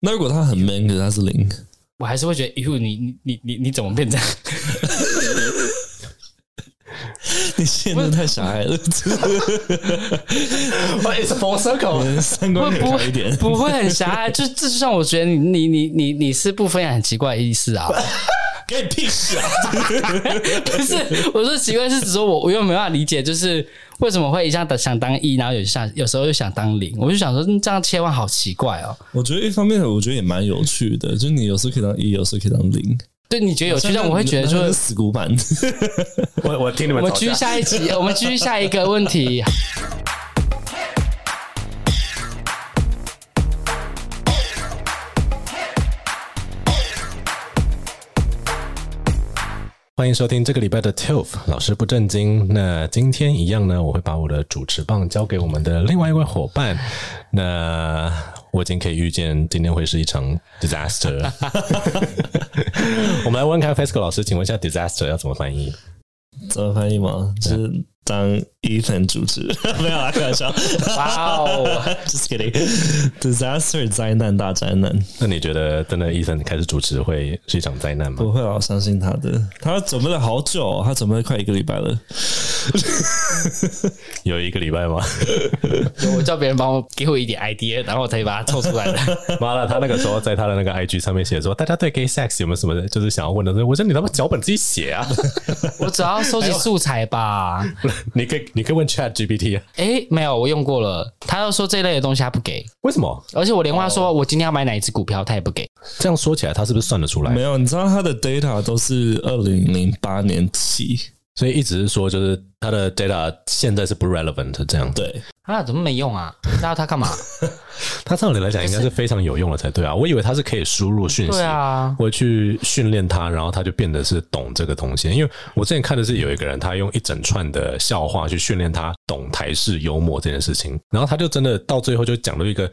那如果他很 man，可是他是零，我还是会觉得，哟，你你你你你怎么变 这样？ 你现在太狭 隘了，哎我 it's full circle。 三观不可以不开一点。不会很狭 隘，就这就像我觉得你你你你你是不分享很奇怪的意思 啊， 给你屁事啊！不是我说奇怪是指说我我又没办法理解，就是为什么会一下子想当一，然后有下有时候又想当零，我就想说嗯这样切换好奇怪哦。我觉得一方面我觉得也蛮有趣的，就是你有时候可以当一，有时候可以当零。对，你觉得有趣，但我会觉得像说是，死古板。我我听你我们们吵继续架，下一集，我们继续下一个问 题。欢迎收听这个礼拜的 TILF 老师不正经。那今天一样呢，我会把我的主持棒交给我们的另外一位伙伴。那我已经可以预见，今天会是一场 disaster。我们来问看 FESCO 老师，请问一下 disaster 要怎么翻译？ 怎么翻译吗？就是当 Ethan 主持， 没有啦，开玩笑。 哇哦， Just kidding，disaster 灾难大灾难，那你觉得真的医生开始主持会是一场灾难吗？不会啊，我相信他的。他准备了好久哦、他准备了快一个礼拜了。有一个礼拜吗？我叫别人帮我给我一点 idea，然后我才把它凑出来的。 妈了，他那个时候在他的那个 IG 上面写说，大家对 gay sex 有没有什么就是想要问的？我说你他妈脚本自己写啊， 我只要收集素材吧。你可以你可以问 Chat GPT 啊，诶，没有，我用过了。他要说这类的东西他不给，为什么而且我连话哦说我今天要买哪一只股票，他也不给。这样说起来，他是不是算得出来没？有，你知道他的 data 都是二零零八年起，所以一直是说就是他的 data 现在是不 relevant 这样。对，啊，怎么没用啊？那他 干嘛？他照理来讲应该是非常有用的才对啊，我以为他是可以输入讯息对。啊，我去训练他，然后他就变得是懂这个东西。因为我之前看的是有一个人，他用一整串的笑话去训练他懂台式幽默这件事情，然后他就真的到最后就讲了一个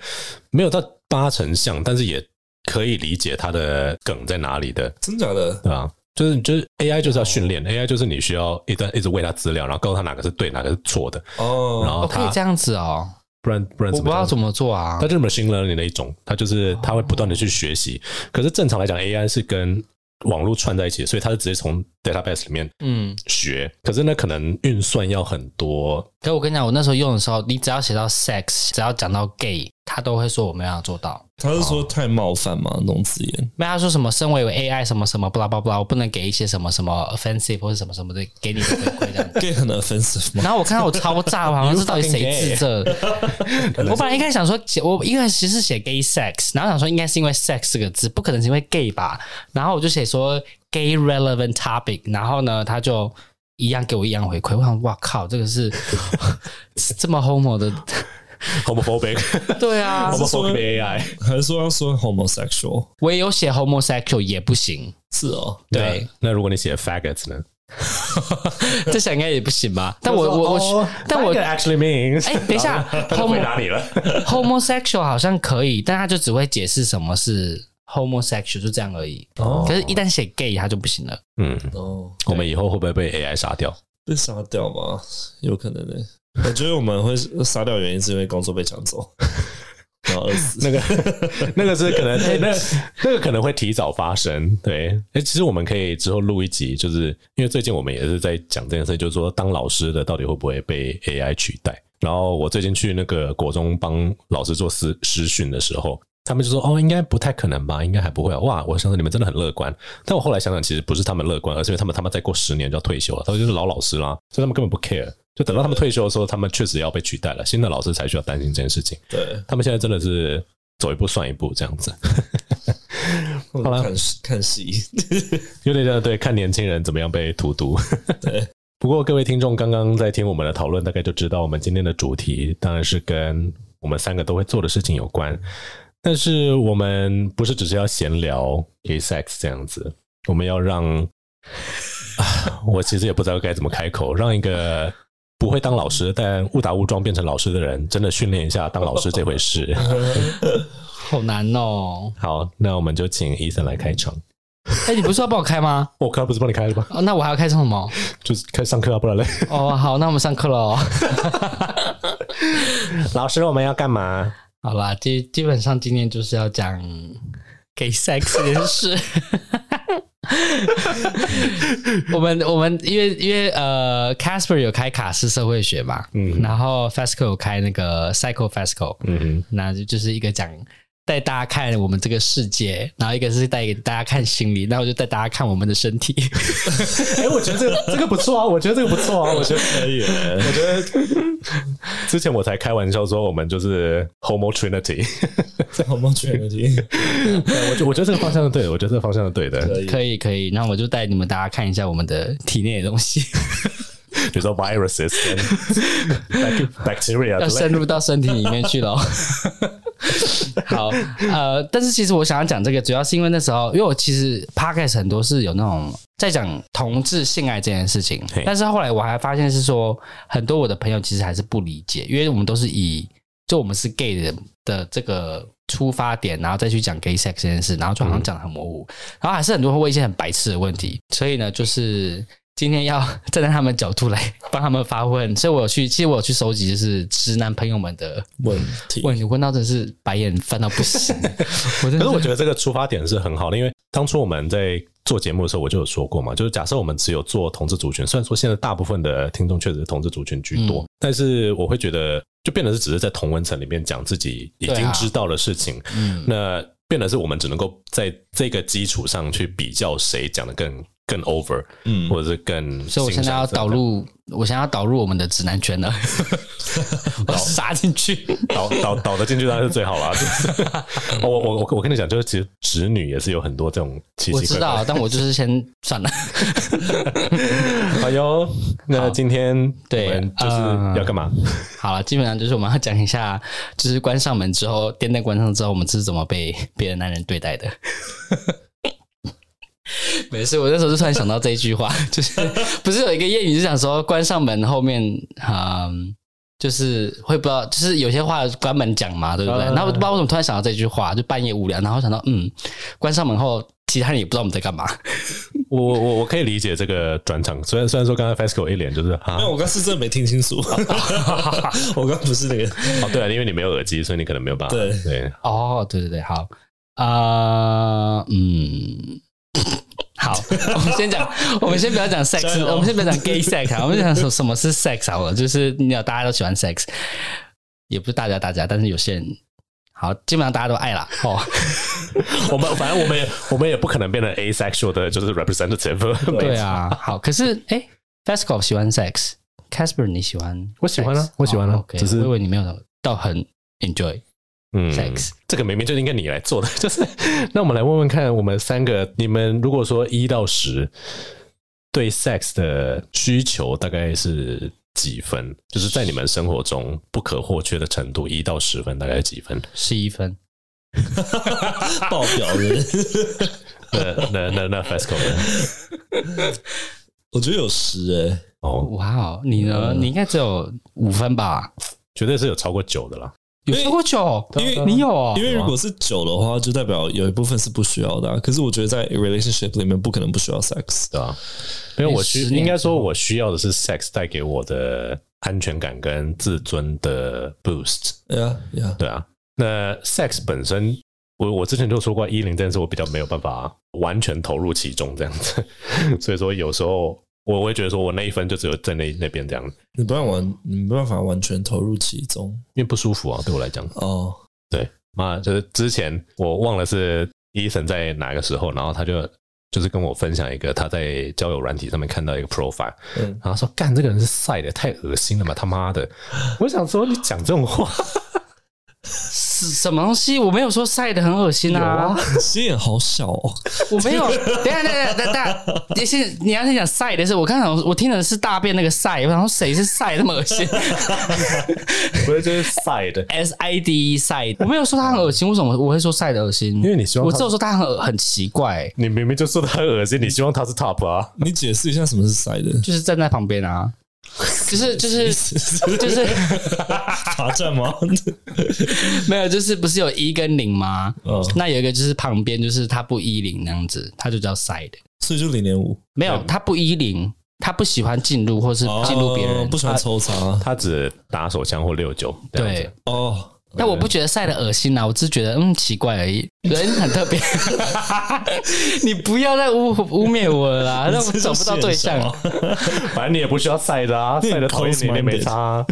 没有到八成像，但是也可以理解他的梗在哪里的，真假的？对吧？就是就是 AI 就是要训练、a i 就是你需要一段一直喂他资料，然后告诉他哪个是对，哪个是错的，然哦，后我可以他这样子哦，不然不然我怎不么知道样怎么做啊它。就是 machine learning 的一种，它就是它会不断的去学习。可是正常来讲，AI 是跟网络串在一起的，所以它是直接从 database 里面嗯，学。可是呢，可能运算要很多，可我跟你讲，我那时候用的时候，你只要写到 sex，只要讲到 gay，他都会说我没有办法做到。他是说太冒犯嘛，那种字眼。没有，他说什么身为 AI 什么什么 blah blah blah，我不能给一些什么什么 offensive 或者什么什么的给你的回馈这样。 gay 很 offensive 吗？ 然后我看到我超炸，我好像是到底谁自责？ 我本来一开始想说，我一开始是写 gay sex，然后想说应该是因为 sex 这个字，不可能是因为 gay 吧？然后我就写说 gay relevant topic，然后呢，他就一样给我一样回馈。我想，哇靠，这个是 这么 homo 的， homophobic 对啊， homophobic AI。还是说要说 homosexual？我也有写 homosexual 也不行，是哦，对，啊那，那如果你写 faggots 呢？这想应该也不行吧？但我我我，但我哦 faggot actually means 哎，等一下他就回，homo 答你了。 homosexual 好像可以，但他就只会解释什么是 homosexual，就这样而已。哦可是，一旦写 gay，他就不行了。嗯，哦，我们以后会不会被 AI 杀掉？被杀掉吗？有可能的、我觉得我们会杀掉，原因是因为工作被抢走，然后饿死。那个 那个是可能，那那个可能会提早发生。对，哎、其实我们可以之后录一集，就是因为最近我们也是在讲这件事，就是说当老师的到底会不会被 AI 取代。然后我最近去那个国中帮老师做师师训的时候。他们就说：“哦，应该不太可能吧，应该还不会啊。”哇，我想想，你们真的很乐观。但我后来想想，其实不是他们乐观，而是因为他们他妈再过十年就要退休了，他们就是老老师啦，所以他们根本不 care。就等到他们退休的时候，他们确实要被取代了，新的老师才需要担心这件事情。对，他们现在真的是走一步算一步这样子，我好啦们看看戏，有点像对看年轻人怎么样被荼毒。不过各位听众刚刚在听我们的讨论，大概就知道我们今天的主题当然是跟我们三个都会做的事情有关。但是我们不是只是要闲聊 gay sex 这样子，我们要让，啊我其实也不知道该怎么开口，让一个不会当老师但误打误撞变成老师的人，真的训练一下当老师这回事。好难哦！好，那我们就请医生来开场。哎，你不是说要帮我开吗？我刚刚不是帮你开了吗？ 哦，那我还要开什么？就是开始上课啊，不 然嘞。哦，好，那我们上课了哦。老师，我们要干嘛？ 好啦，基基本上今天就是要讲 gay sex 这件 事。我们我们因为因为呃，Casper 有开卡斯社会学嘛，嗯，然后 Fasco 有开那个 Psycho Fasco，嗯，那就就是一个讲带大家看我们这个世界，然后一个是带给大家看心理，那我就带大家看我们的身体。 哎、我觉得这个这个不错啊，我觉得这个不错啊，我觉得可以欸，我觉得之前我才开玩笑说我们就是 Homo Trinity，我们全有听，对我觉我觉得这个方向是对的，我觉得这个方向是对的。可以。可以可以，那我就带你们大家看一下我们的体内的东西，比如说 viruses 跟 bac- bacteria 要之类深的，入到身体里面去喽。好，呃，但是其实我想要讲这个，主要是因为那时候，因为我其实 podcast 很多是有那种在讲同志性爱这件事情嘿，但是后来我还发现是说，很多我的朋友其实还是不理解，因为我们都是以就我们是 gay 的的这个出发点，然后再去讲 gay sex 这件事，然后就好像讲的很模糊，然后还是很多人会问一些很白痴的问题，所以呢，就是。今天要 站在他们角度来帮他们发问，所以我有去，其实我有去收集就是直男朋友们的问题问你问到真的是白眼翻到不 行，我真可的是我觉得这个出发点是很好的，因为当初我们在做节目的时候，我就有说过嘛，就是假设我们只有做同志族群，虽然说现在大部分的听众确实是同志族群居嗯多，但是我会觉得就变得是只是在同文层里面讲自己已对啊经知道的事情，嗯那变得是我们只能够在这个基础上去比较谁讲的更更 over，嗯或者是更，所以我现在要导入，我现在要导入我们的指南圈了， 我杀进 去。导导导的进去当然是最好啦。 就是我我我我跟你讲，就是其实直女也是有很多这种奇我奇知怪怪道，但我就是先算了。的。哎呦，那今天对我们就是要干嘛？好了，基本上就是我们要讲一下， 就是关上门之后，店内关上之后，我们是怎么被别的男人对待的。 没事，我那时候就突然想到这一句话， 就是不是有一个谚语是讲说关上门后面，嗯，就是会不知道，就是有些话关门讲嘛，对不对？嗯然后我就不知道为什么突然想到这句话，就半夜无聊，然后想到嗯，关上门后，其他人也不知道我们在干嘛。我我我我可以理解这个转场，虽然虽然说刚才 FESCO 一脸就是啊没有，，我刚是真的没听清楚，我刚不是那个，哦对啊，因为你没有耳机，所以你可能没有办法对对。哦，对对对，好，啊，嗯，好，我们先讲，我们先不要讲哦加 sex，油我们先不要讲 gay sex 啊，我们就讲什什么是 sex 好了，就是你知道大家都喜欢 sex，也不是大家大家，但是有些人。好，基本上大家都爱啦。哦，我们反正我们也我们也不可能变成 asexual 的，就是 representative。没对啊，好。可是，哎、f a s c o 喜欢 sex，Casper 你喜欢 sex？我喜欢啊我喜欢啊哦 OK，只是我以为你没有到很 enjoy。嗯 Sex 这个明明就应该你来做的， 就是那我们来问问看，我们三个，你们如果说一到十对 sex 的需求大概是几分？就是在你们生活中不可或缺的程度，一到十分大概是几分？十一分，爆表人，那呃那那那 FESCO 呢我觉得有十哎、哦，哇哦！你呢？你应该只有五分吧？绝对是有超过九的啦。有因为喝过酒？因为你有哦因为如果是九的话，就代表有一部分是不需要的啊、可是我觉得在 relationship 里面不可能不需要 sex 对啊，因为我需十年应该说，我需要的是 sex 带给我的安全感跟自尊的 boost。呀呀，对啊，那 sex 本身，我我之前就说过，一零这件事我比较没有办法完全投入其中这样子， 所以说有时候我我会觉得说我那一分就只有在那那边这样，你不让完，你没办法完全投入其中因为不舒服啊，对我来讲。哦。妈，就是之前我忘了是 Ethan 在哪个时候，然后他就就是跟我分享一个他在交友软体上面看到一个 profile，嗯，然后说干这个人是晒的，太恶心了吧，他妈的！我想说你讲这种话，是什么东西？我没有说晒的很恶心啊，你心眼好小哦，我没有。等一下，等一下，等一下，等一下，你要先讲晒的是，我刚想我听的是大便那个晒，我想说谁是晒那么 恶心我就觉得晒的， ？S I D E 晒，我没有说他很恶心，为什么我会说晒的恶心？因为你希望我他只有说他很很奇怪，你明明就说他恶心，你希望他是 top 啊？你解释一下什么是塞的？就是站在旁边啊，就是就是 就是罚站吗？没有，就是不是有一跟零吗？嗯，那有一个就是旁边就是他不一零那样子，他就叫晒的。所以就零点五，没有，他不依零，他不喜欢进入或是进入别人，哦不喜欢抽查他只打手枪或六九，这样对子，哦。但我不觉得晒的恶心啦，我只是觉得嗯奇怪而已，人很特 别。你不要再污污蔑我了 啦，让我这找不到对象是。哦反正你也不需要晒的啊，你晒很的头一年也没差、啊，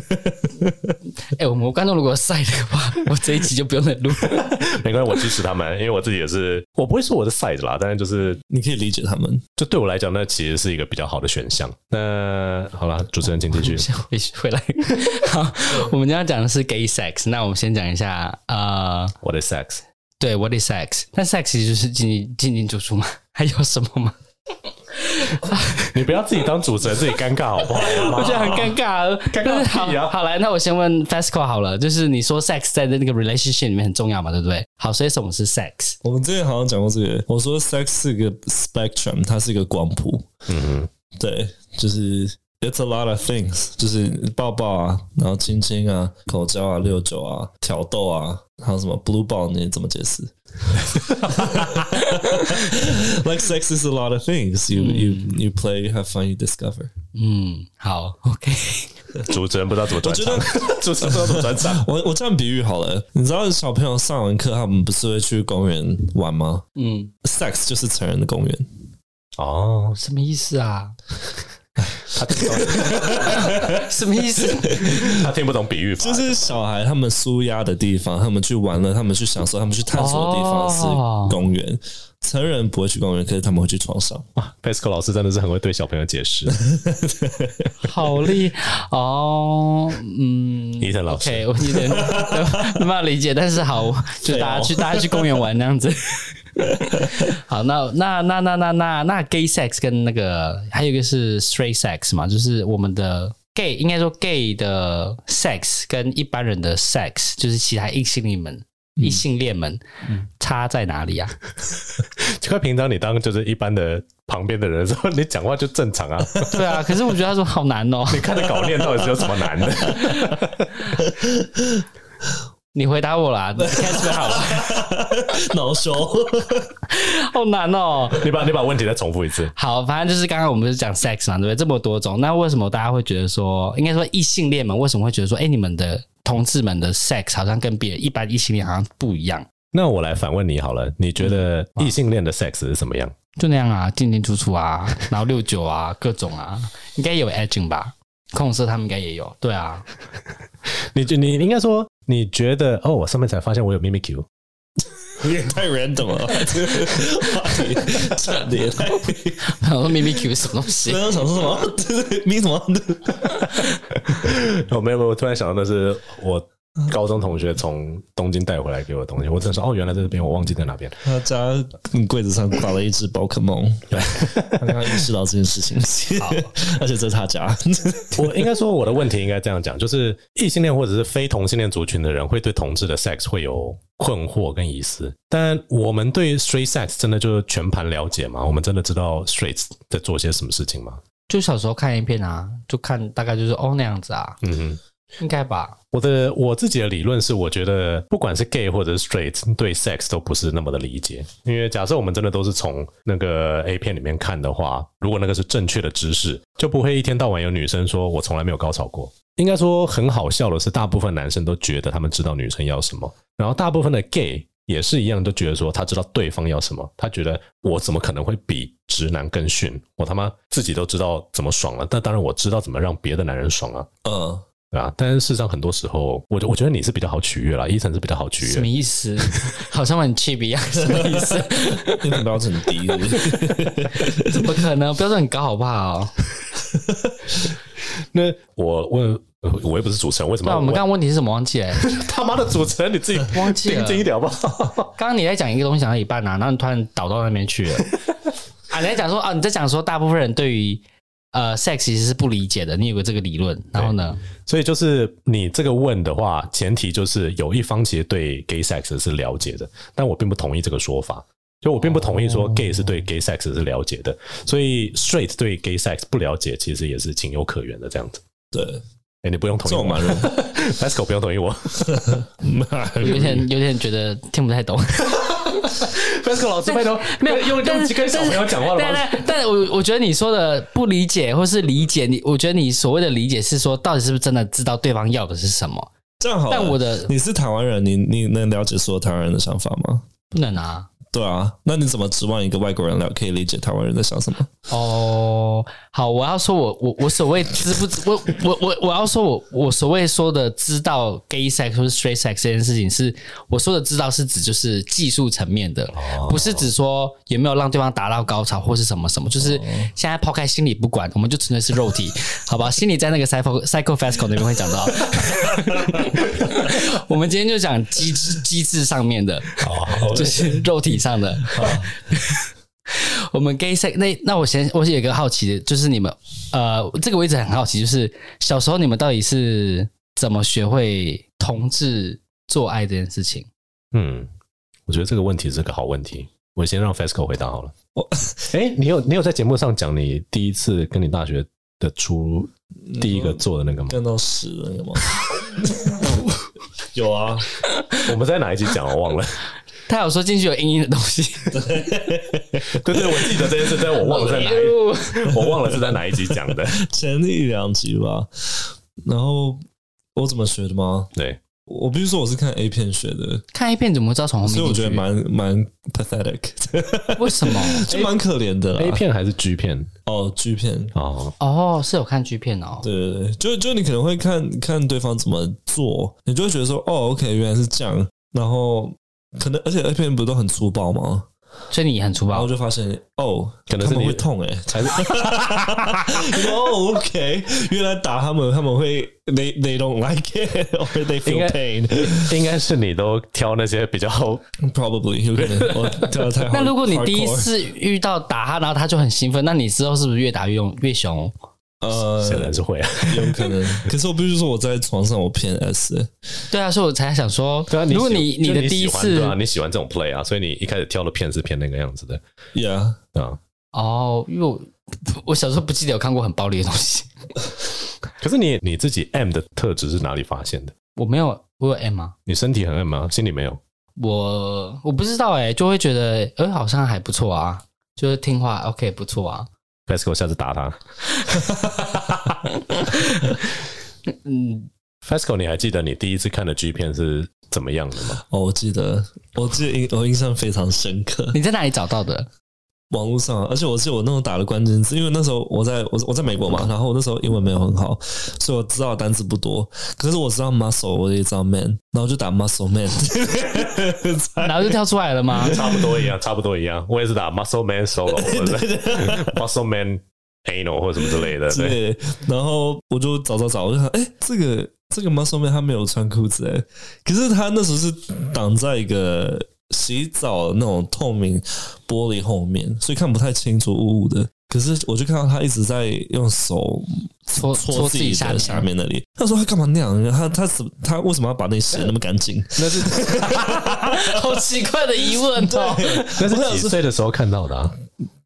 哎、我们观众如果晒的话， 我这一集就不用再录了。 没关系，我支持他们，因为我自己也是，我不会说我是晒的啦，但是就是你可以理解他们。就对我来讲，那其实是一个比较好的选项。那好啦，主持人请继续。先回回来， 好，我们今天要讲的是 gay sex。那我们先讲一下，呃， What is sex？对，what is sex？但 sex 其实就是进进进进出出嘛，还有什么吗？你不要自己当主持人，自己尴尬好不好？我觉得很哦尴尬，尴尬但是屁啊好好来，那我先问 Fasco 好了，就是你说 sex 在那个 relationship 里面很重要嘛，对不对？好，所以什么是 sex？我们之前好像讲过这个，我说 sex 是一个 spectrum，它是一个光谱。嗯对，就是 it's a lot of things，就是抱抱啊，然后亲亲啊，口交啊，六九啊，挑逗啊，还有什么 blue ball，你怎么解释 ？Like sex is a lot of things. You you you play, you have fun, you discover. 嗯，好，OK，哼，主持人不知道怎么转我觉场得， 主持人不知道怎么转 场。 我我这样比喻好了，你知道小朋友上完课，他们不是会去公园玩吗嗯， ？Sex 就是成人的公园。哦，什么意思啊？他听不懂，什么意思？他听不懂比喻法，就是小孩他们舒压的地方，他们去玩了，他们去享受，他们去探索的地方哦是公园。成人不会去公园，可是他们会去床上。 Pesco 老师真的是很会对小朋友解 释。好厉哦，嗯，伊藤老师 OK，我有点没办法理解，但是好，就大啊家去、大家去公园玩那样子。 好，那那那那那那那 gay sex 跟那个还有一个是 straight sex 嘛，就是我们的 gay 应该说 gay 的 sex 跟一般人的 sex，就是其他异性恋们、嗯异性恋们差在哪里啊？ 奇怪，平常你当就是一般的旁边的人的时候，你讲话就正常啊。 对啊，可是我觉得他说好难哦， 你看的稿念到底是有什么难的？ 你回答我啦，你开始好 了，恼羞， 好难哦。你把你把问题再重复一次。好，反正就是刚刚我们不是讲 sex 嘛，对不对？这么多种，那为什么大家会觉得说，应该说异性恋们为什么会觉得说，哎、你们的同志们的 sex 好像跟别人一般异性恋好像不一样，那我来反问你好了，你觉得异性恋的 sex 是什么样？就那样啊，进进出出啊，然后六九啊，各种啊，应该有 edging 吧？控色他们应该也有，对啊，你就你应该说，你觉得哦，我上面才发现我有 mimicry，有点太 random 了，这个话题站的也太……然后 mimicry 是什么东西 刚？刚想说什么？ 这是你什么？我哦没有，没有我突然想到那是我高中同学从东京带回来给我的东西，我只能说哦，原来在这边，我忘记在哪边。他家柜子上挂了一只宝可梦，他刚刚意识到这件事情，而且这是他家。我应该说我的问题应该这样讲，就是异性恋或者是非同性恋族群的人会对同志的 sex 会有困惑跟疑思，但我们对 straight sex 真的就是全盘了解吗？我们真的知道 straight 在做些什么事情吗？就小时候看一遍啊，就看大概就是哦那样子啊，嗯哼。应该吧？我的我自己的理论是，我觉得不管是 gay 或者是 straight，对 sex 都不是那么的理解。因为假设我们真的都是从那个 A 片里面看的话，如果那个是正确的知识，就不会一天到晚有女生说我从来没有高潮过。应该说很好笑的是，大部分男生都觉得他们知道女生要什么，然后大部分的 gay 也是一样，都觉得说他知道对方要什么，他觉得我怎么可能会比直男更逊？我他妈自己都知道怎么爽了，但当然我知道怎么让别的男人爽啊。嗯，对啊，但是事实上很多时候，我觉我觉得你是比较好取悦啦，伊诚是比较好取什么悦。意思？ 好像我很 cheap 一样，什么意思？你的标准低是不是，怎么可能？标准很高好不 好？那我问，我又不是主持人，为什么对啊，要我们问刚刚问题是什么忘 记了欸？ 他妈的主持人你自己 忘记了盯紧一点好不好？ 刚刚你在讲一个东西讲到一半啊，然后你突然倒到那边去了啊！你在讲说啊，你在讲说大部分人对于呃 sex 其实是不理解的，你有个这个理论，然后呢，所以就是你这个问的话，前提就是有一方其实对 gay sex 是了解的，但我并不同意这个说法。就我并不同意说哦 gay 是对 gay sex 是了解的，所以 straight 对 gay sex 不了解，其实也是情有可原的这样子。对，哎、你不用这同意种我蛮哦容 p e s c o 不用同意我 有点有点觉得听不太 懂， ，Pesco 老师拜托， 没有用但用是跟小朋友讲话的但方式。但但我我觉得你说的不理解或是理解，你我觉得你所谓的理解是说，到底是不是真的知道对方要的是什么？这样好了。但我的你是台湾人，你你能了解所有台湾人的想法吗？不能啊。对啊，那你怎么指望一个外国人了可以理解台湾人在想什么？哦，好，我要说我我我所谓知不知我我我我要说我我所谓说的知道 gay sex 或是 straight sex 这件事情是，我说的知道是指就是技术层面的，哦不是指说有没有让对方达到高潮或是什么什么，就是现在抛开心理不管，我们就纯粹是肉体，好吧？心理在那个 psycho psycho f a s c o 那边会讲到， 我们今天就讲机制机制上面的，哦，就是肉体上的。啊 我们 gay sex 那那我先我有一个好奇的，就是你们呃，这个我一直很好奇，就是小时候你们到底是怎么学会同志做爱这件事情？嗯，我觉得这个问题是个好问题。我先让 FESCO 回答好了。我 我，哎、你有你有在节目上讲你第一次跟你大学的初第一个做的那个吗？干到死的那个吗？ 有啊，我们在哪一集讲我忘了。他有说进去有阴阴的东西， 对对，我记得这件事，但我忘了在哪 一，我忘了是在哪一集讲的。前一两集吧。然后我怎么学的吗？ 对，我必须说我是看 A 片学的，看一遍怎么知道从后面所以我进觉去？得蛮蛮 pathetic，为什 么？就蛮可怜的啦。 A 片还是 G 片？哦，G 片，哦，哦，是有看剧片哦。对对对，就就你可能会看看对方怎么做，你就会觉得说，哦，OK，原来是这样。然后可能，而且 A 片不是都很粗暴吗？所以你很粗然后暴，就发现，哦，可能是他们你会痛哎、欸 还是哦、o k Oh, 原来打他们，他们会 they they don't like it or they 应 feel 该 pain 。应该是你都挑那些比较 Probably 有 可能我跳得太 hard- 那如果你第一 hardcore 次遇到打他，然后他就很兴奋，那你之后是不是越打越用越凶？ 显呃然是会啊。有可能，可是我必须说我在床上我偏 S，欸对啊，所以我才想说，对啊，如果喜你就你的第一喜欢次对啊，你喜欢这种 play 啊，所以你一开始挑的片是偏那个样子的 yeah，啊。哦，因为我我小时候不记得有看过很暴力的东西，可是你你自己 M 的特质是哪里发现的？我没有，我有 M 吗？你身体很 M 吗？心里没有？我我不知道哎、就会觉得呃好像还不错啊，就是听话，OK 不错啊， f e s c o 下次打他。嗯， f e s c o 你还记得你第一次看的 G 片是怎么样的 吗？哦，我记得，我记得印我印象非常深刻。 你在哪里找到的？网络上，而且我记得我那时候打的关键字，因为那时候我在我我在美国嘛，然后我那时候英文没有很好，所以我知道的单词不多。可是我知道 muscle，我也知道 man，然后就打 muscle man，然后就跳出来了 吗？差不多一样，差不多一样。我也是打 Muscle Man Solo 或者是 Muscle Man Anal 或者什么之类的。对，对。然后我就找找找，我就想，哎、这个这个 muscle man 他没有穿裤子哎、可是他那时候是挡在一个洗澡那种透明玻璃后面，所以看不太清楚雾雾的。可是我就看到他一直在用手戳戳自自己己下的面下面那里。他说他干嘛那样？他他怎他为什么要把那洗得那么干净？那是好奇怪的疑问哦。那是几岁的时候看到的啊？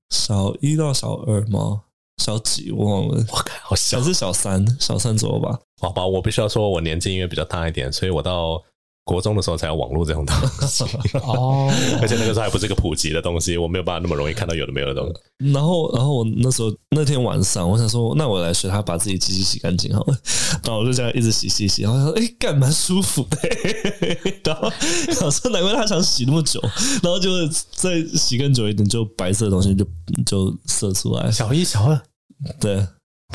小一到小二吗？小几我忘了，我靠，好小还是小三？小三左右吧。好吧，我必须要说，我年纪因为比较大一点，所以我到国中的时候才有网络这种东西， 哦，而且那个时候还不是一个普及的东西，我没有办法那么容易看到有的没有的东西。然后，然后我那时候那天晚上，我想说，那我来学他把自己鸡鸡洗干净好了。 然后我就这样一直洗洗洗，然后他说：“哎、干蛮舒服的。” 然后我说：“难怪他想洗那么久。”然后就再洗更久一点，就白色的东西就就射出来。小一、小二对，Oh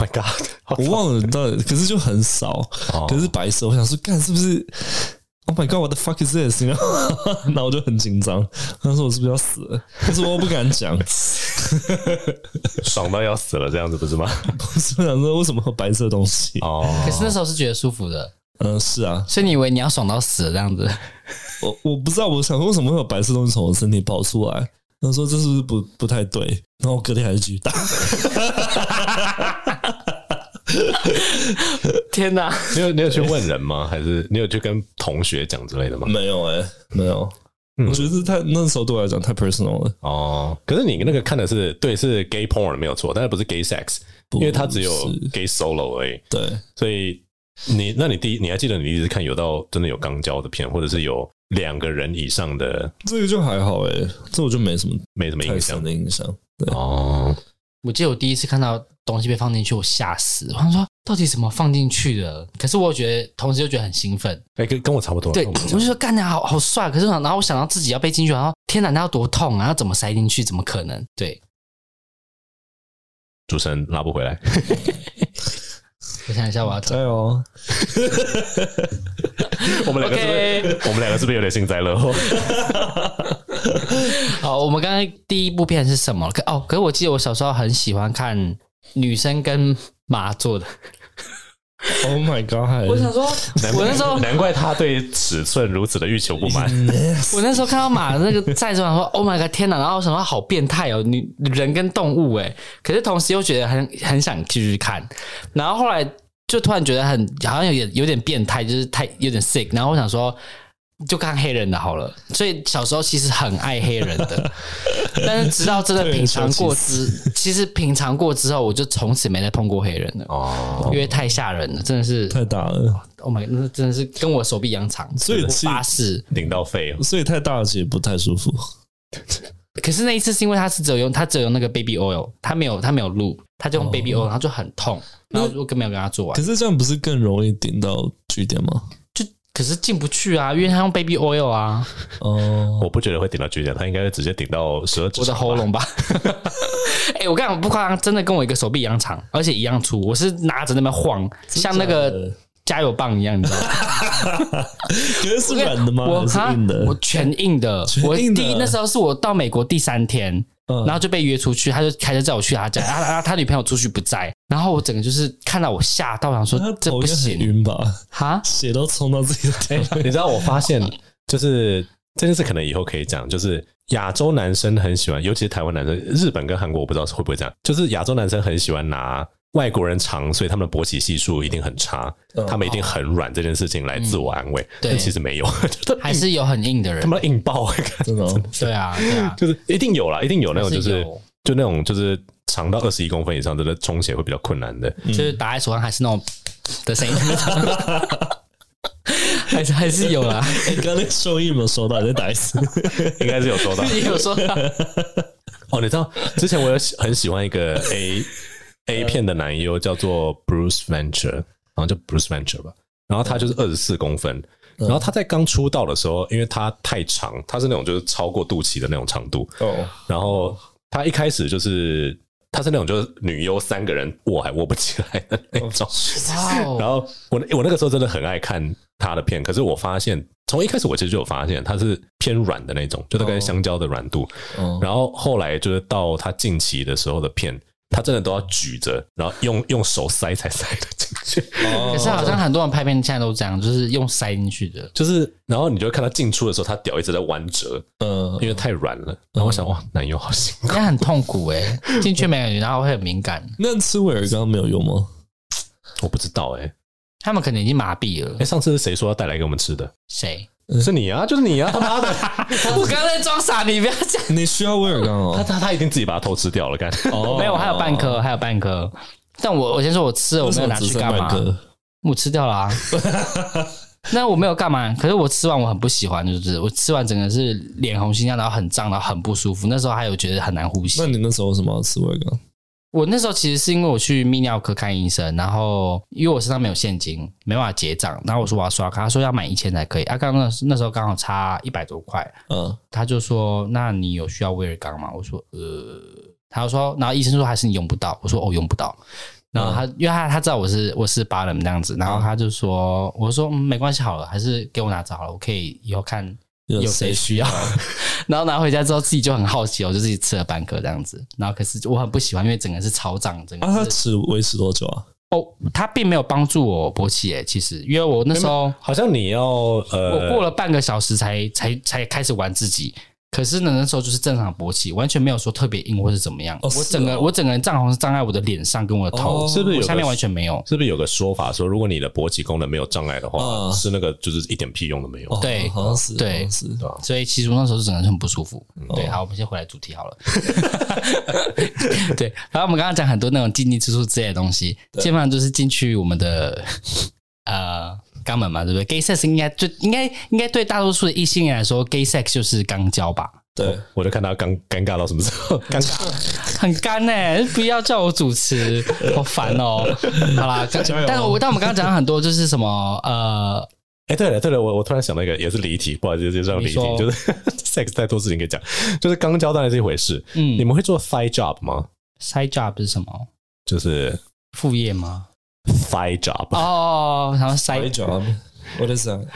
，My God，好我忘了到底，可是就很少。哦可是白色，我想说，干是不是？Oh my god，what the fuck is this？然 后，然后我就很紧张，他说我是不是要死了？可是我又不敢讲， 爽到要死了，这样子不是吗？我是想说为什么有白色的东西？哦，可是那时候是觉得舒服的，嗯、是啊，所以你以为你要爽到死这样子？我我不知道，我想说为什么会有白色东西从我身体跑出来？他说这是不是不不太对？然后我隔天还是继续打，天 哪！你有你有去问人吗？ 还是你有去跟同学讲之类的吗？ 没有哎、没有。嗯我觉得太那时候对我来讲太 personal 了，哦，可是你那个看的是对，是 gay porn 没有错，但是不是 gay sex，不因为它只有是 gay solo 而已，对所以你那你第一你还记得你第一次看有到真的有肛交的片，或者是有两个人以上的这个就还好哎、这我就没什么没什么太印象深的印象。哦，我记得我第一次看到东西被放进去，我吓死！我想说到底怎么放进去的？可是我觉得同时又觉得很兴奋，哎、跟跟我差不多。对，跟我我差不就多说干的好好帅，可是我想然后我想到自己要被进去，然后天哪，那要多痛啊！要怎么塞进去？怎么可能？对主持人拉不回来，我想一下，我要怎加油！ 哦我们两个是不是 OK 我们两个是不是有点幸灾乐 祸？好，我们刚刚第一部片是什么？可哦，可是我记得我小时候很喜欢看女生跟马做的。 Oh my god！我想说，难我那时候难怪他对尺寸如此的欲求不满。 嗯我那时候看到马的那个在之后，想说 Oh my god，天哪！然后我想说好变态哦，女人跟动物哎，可是同时又觉得很很想继续看，然后后来就突然觉得很好像有点有点变态，就是太有点 sick，然后我想说。就看黑人的好了，所以小时候其实很爱黑人 的，但是直到真的品尝过之，其实品尝过之后，我就从此没再碰过黑人了，哦，因为太吓人了，真的是太大了， ，Oh my，god，那真的是跟我手臂一样长，所以我其实发誓，顶到肺，所以太大了其实不太舒服。可是那一次是因为他是只有用他只有用那个 baby oil，他没有他没有露，他就用 baby oil，然后就很痛，然后我根本没有跟他做完可，是这样不是更容易顶到据点吗？就可是进不去啊，因为他用 baby oil 啊，哦，我不觉得会顶到巨点，他应该会直接顶到十二指我的肠吧喉咙吧。 哎、我跟你讲，我不夸张，真的跟我一个手臂一样长，而且一样粗，我是拿着那边晃，像那个加油棒一样，你 知道吗？可是是软的吗？我还是哈硬的？我全硬的。全我硬的第一那时候是我到美国第三天，嗯然后就被约出去，他就开车载我去他家，然后然后他女朋友出去不在，然后我整个就是看到我吓到，想说他这头不应该很行晕吧？哈。血都冲到自己的头。 你知道我发现，就是这件事可能以后可以讲，就是亚洲男生很喜欢，尤其是台湾男生，日本跟韩国我不知道会不会这样，就是亚洲男生很喜欢拿。外国人长，所以他们的勃起系数一定很差，嗯他们一定很软这件事情来自我安慰，对但其实没有， 就他还是有很硬的他人，妈硬爆， 真的哦，对啊，对啊，就是一定有啦，一定有那种就还是有就那种就是长到二十一公分以上，真的充血会比较困难的。就是打在手上还是那种的 声音，还是还是有啦，哎，刚刚那个收益有没有收到？你再打一次。应该是有 收到也有 说到哦。你知道之前我有喜很喜欢一个 A A 片的男优叫做 Bruce Venture，好像叫 Bruce Venture 吧。然后他就是二十四公分，然后他在刚出道的时候，因为他太长，他是那种就是超过肚脐的那种长度，哦，然后他一开始就是他是那种就是女优三个人握还握不起来的那种，哇哦然后我我那个时候真的很爱看他的片，可是我发现从一开始我其实就有发现他是偏软的那种，就大概香蕉的软度。哦然后后来就是到他近期的时候的片，他真的都要举着，然后用用手塞才塞得进去。 可是好像很多人拍片现在都这样，就是用塞进去的，就是，然后你就会看他进出的时候，他屌一直在弯折，嗯，因为太软了。然后我想，哇，男友好辛苦。那很痛苦哎、进去没感觉，然后会很敏感，那吃威尔刚没有用吗？ 我不知道哎、欸，他们可能已经麻痹了哎、。上次是谁说要带来给我们吃的？谁？是你啊，就是你啊，他 妈的，我刚才装傻，你不要这样。你需要威尔刚他哦。他他一定自己把它偷吃掉了，干。哦没有，还有半。颗，还有半颗。但我我先说，我吃了，为我没什有么拿只去剩干半嘛？颗？我吃掉 了啊。那我没有干嘛，可是我吃完我很不喜欢，就是我吃完整个是脸红心跳，然后很胀，然后很不舒服。那时候还有觉得很难呼吸那。你那时候为什么要吃威尔刚？我那时候其实是因为我去泌尿科看医生，然后因为我身上没有现金，没办法结账，然后我说我要刷卡，他说要满一千才可以。啊，刚刚那那时候刚好差一百多块，嗯，他就说：“那你有需要威尔刚吗？”我说：“呃。”他就说，然后医生说还是你用不到。我说：“哦，用不到。”然后他，因为他他知道我是我是巴人那样子，然后他就说：“我说、嗯、没关系好了，还是给我拿着好了，我可以以后看有谁需要。” 然后拿回家之后，自己就很好奇，我就自己吃了半颗这样子。然后可是我很不喜欢，因为整个是超胀，整啊？他个是、吃维持多久啊？哦，他并没有帮助我勃起欸诶，其实因为我那时候。好像你要呃，我过了半个小时才才才开始玩自己。可是呢，那时候就是正常勃起，完全没有说特别硬或是怎么样。哦是哦我整个我整个人涨红是胀在我的脸上跟我的头，哦是不是有我个下面完全没有。是不是有个说法说，如果你的勃起功能没有障碍的话，嗯吃那个就是一点屁用都没有？哦对好像是，对好像是。所以其实我那时候是整个人很不舒服。对，好，我们先回来主题好了。 对，然后我们刚刚讲很多那种禁忌之处之类的东西，基本上就是进去我们的呃肛门嘛，对不对？gay sex 应该就应该应该对大多数的异性恋来说，gay sex 就是肛交吧？对，我就看他尴尴尬到什么时候，尴尬。很干呢、不要叫我主持，好烦哦、好啦，但加油但我但我们刚刚讲了很多，就是什么呃，哎、对了对了，我我突然想到一个，也是离题，不好意思，就这样离你题，说就是 sex 太多事情可以讲，就是肛交当然是一回事。嗯你们会做 side job 吗？ side job 是什么？就是副业吗？ side job，、哦，然后白啊 side， job。What is that？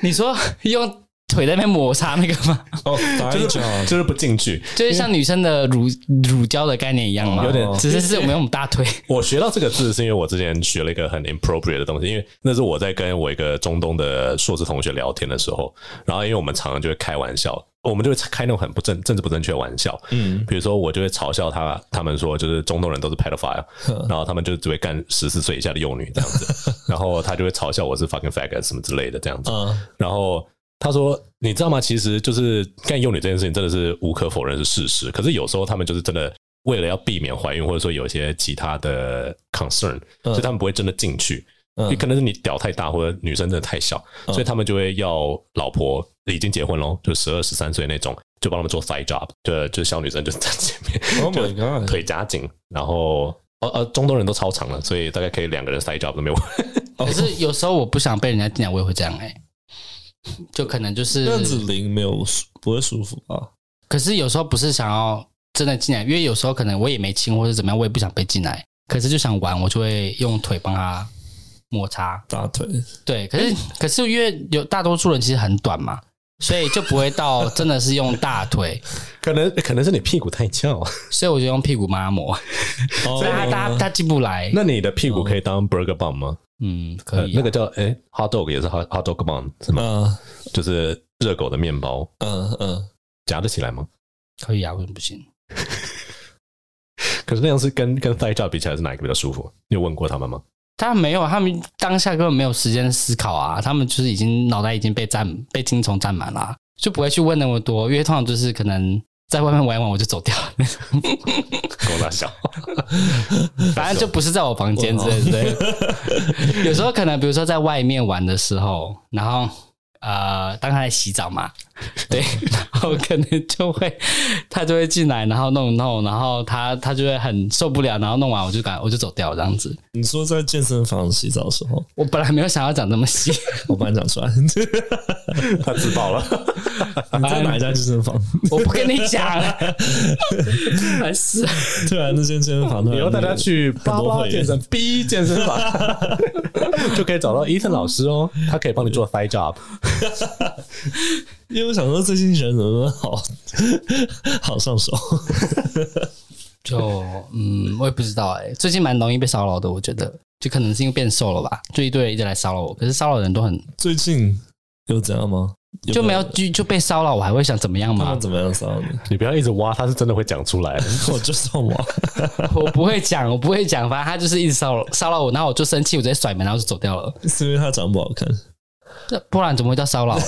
你说用腿在那边摩擦那个吗？哦，白就是 不 job， 就是不进去。就是像女生的乳乳胶的概念一样吗？有点只是是我们用我们大腿。我学到这个字是因为我之前学了一个很 appropriate 的东西，因为那是我在跟我一个中东的硕士同学聊天的时候，然后因为我们常常就会开玩笑，我们就会开那种很不正、政治不正确的玩笑，嗯，比如说我就会嘲笑他他们说就是中东人都是 pedophile，然后他们就只会干十四岁以下的幼女这样子，然后他就会嘲笑我是 fucking faggot 什么之类的这样子，嗯，然后他说：“你知道吗？其实就是干幼女这件事情真的是无可否认是事实。可是有时候他们就是真的为了要避免怀孕，或者说有一些其他的 concern，、所以他们不会真的进去。嗯也可能是你屌太大，或者女生真的太小，所以他们就会要老婆已经结婚喽，就十二十三岁那种，就帮他们做 side job，就就是小女生就站前面， Oh my 就 god 腿夹紧，然后。”哦呃，中东人都超长了，所以大概可以两个人 side job 都没有问题。可是有时候我不想被人家进来，我也会这样哎、就可能就是那样子零没有不会舒服啊。可是有时候不是想要真的进来，因为有时候可能我也没亲或者怎么样，我也不想被进来，可是就想玩，我就会用腿帮他摩擦。大腿对，可是可是因为有大多数人其实很短嘛，所以就不会到真的是用大腿， 可能可能是你屁股太翘，所以我就用屁股帮他磨，哦所以他他他进不来。 那你的屁股可以当 burger bun 吗？嗯，可呃以、啊那个叫哎、hot dog 也是 hot hot dog bun 是吗？嗯就是热狗的面包嗯嗯，夹得起来吗？可以啊，为什么不行？可是那样是跟跟 thigh job 比起来是哪一个比较舒服？你有问过他们吗？他们没有，他们当下根本没有时间思考啊，他们就是已经脑袋已经被占被精虫占满了啊、就不会去问那么多，因为通常就是可能在外面玩一玩我就走掉了，够大小，反正就不是在我房间之类的。对有时候可能比如说在外面玩的时候，然后呃，当他在洗澡嘛，对，然后可能就会他就会进来，然后弄一弄，然后他他就会很受不了，然后弄完我就赶我就走掉这样子。你说在健身房洗澡的时 候，我本来没有想要讲这么细。我帮你讲出来。 他自爆了。你在哪一家健身 房？我不跟你讲，烦死了！突然那间健身房，以后大家去多巴拉会员健身 B 健身房， 就可以找到伊森老师哦，他可以帮你做 thigh job。因为我想说最近人怎么好 好上手？ 就嗯，我也不知道哎、最近蛮容易被骚扰的，我觉得就可能是因为变瘦了吧，就一堆人一直来骚扰我，可是骚扰的人都很最近有怎样吗？就没有有就就被骚扰，我还会想怎么样他吗们？怎么样骚扰你？ 你不要一直挖，他是真的会讲出 来的。我就算我， 我不会讲，我不会讲，反正他就是一直骚扰骚扰我，然后我就生气，我直接甩门，然后就走掉了。是因为他长得不好看。这不然怎么会叫骚扰？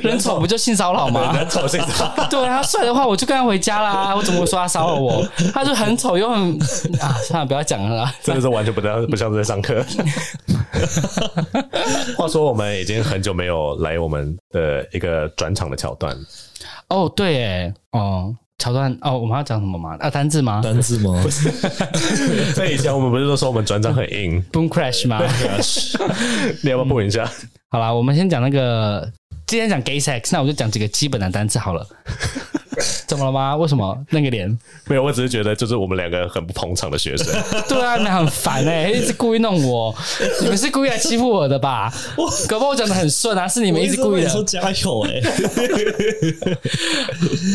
人丑不就性骚扰吗？很丑，性骚扰 对啊，他帅的话我就跟他回家啦，我怎么会说他骚扰我？他就很丑又很 啊，算了，不要讲了啦。真的是完全不像不像是在上 课。话说，我们已经很久没有来我们的一个转场的桥段，哦，对，哎，哦，桥段，哦，我们要讲什么吗？啊，单字吗单字吗？在以前我们不是都说我们转场很硬， ？Boom crash 吗？ 你要不要碰一下？ 好啦，我们先讲那个，今天讲 gay sex，那我就讲几个基本的单字好了。怎么了吗？为什么那个脸？没有，我只是觉得就是我们两个很不捧场的学生，对啊，你们很烦 哎、一直故意弄我，你们是故意来欺负我的吧？搞不好我讲的很顺啊，是你们一直故我意一直跟你说的。加油哎、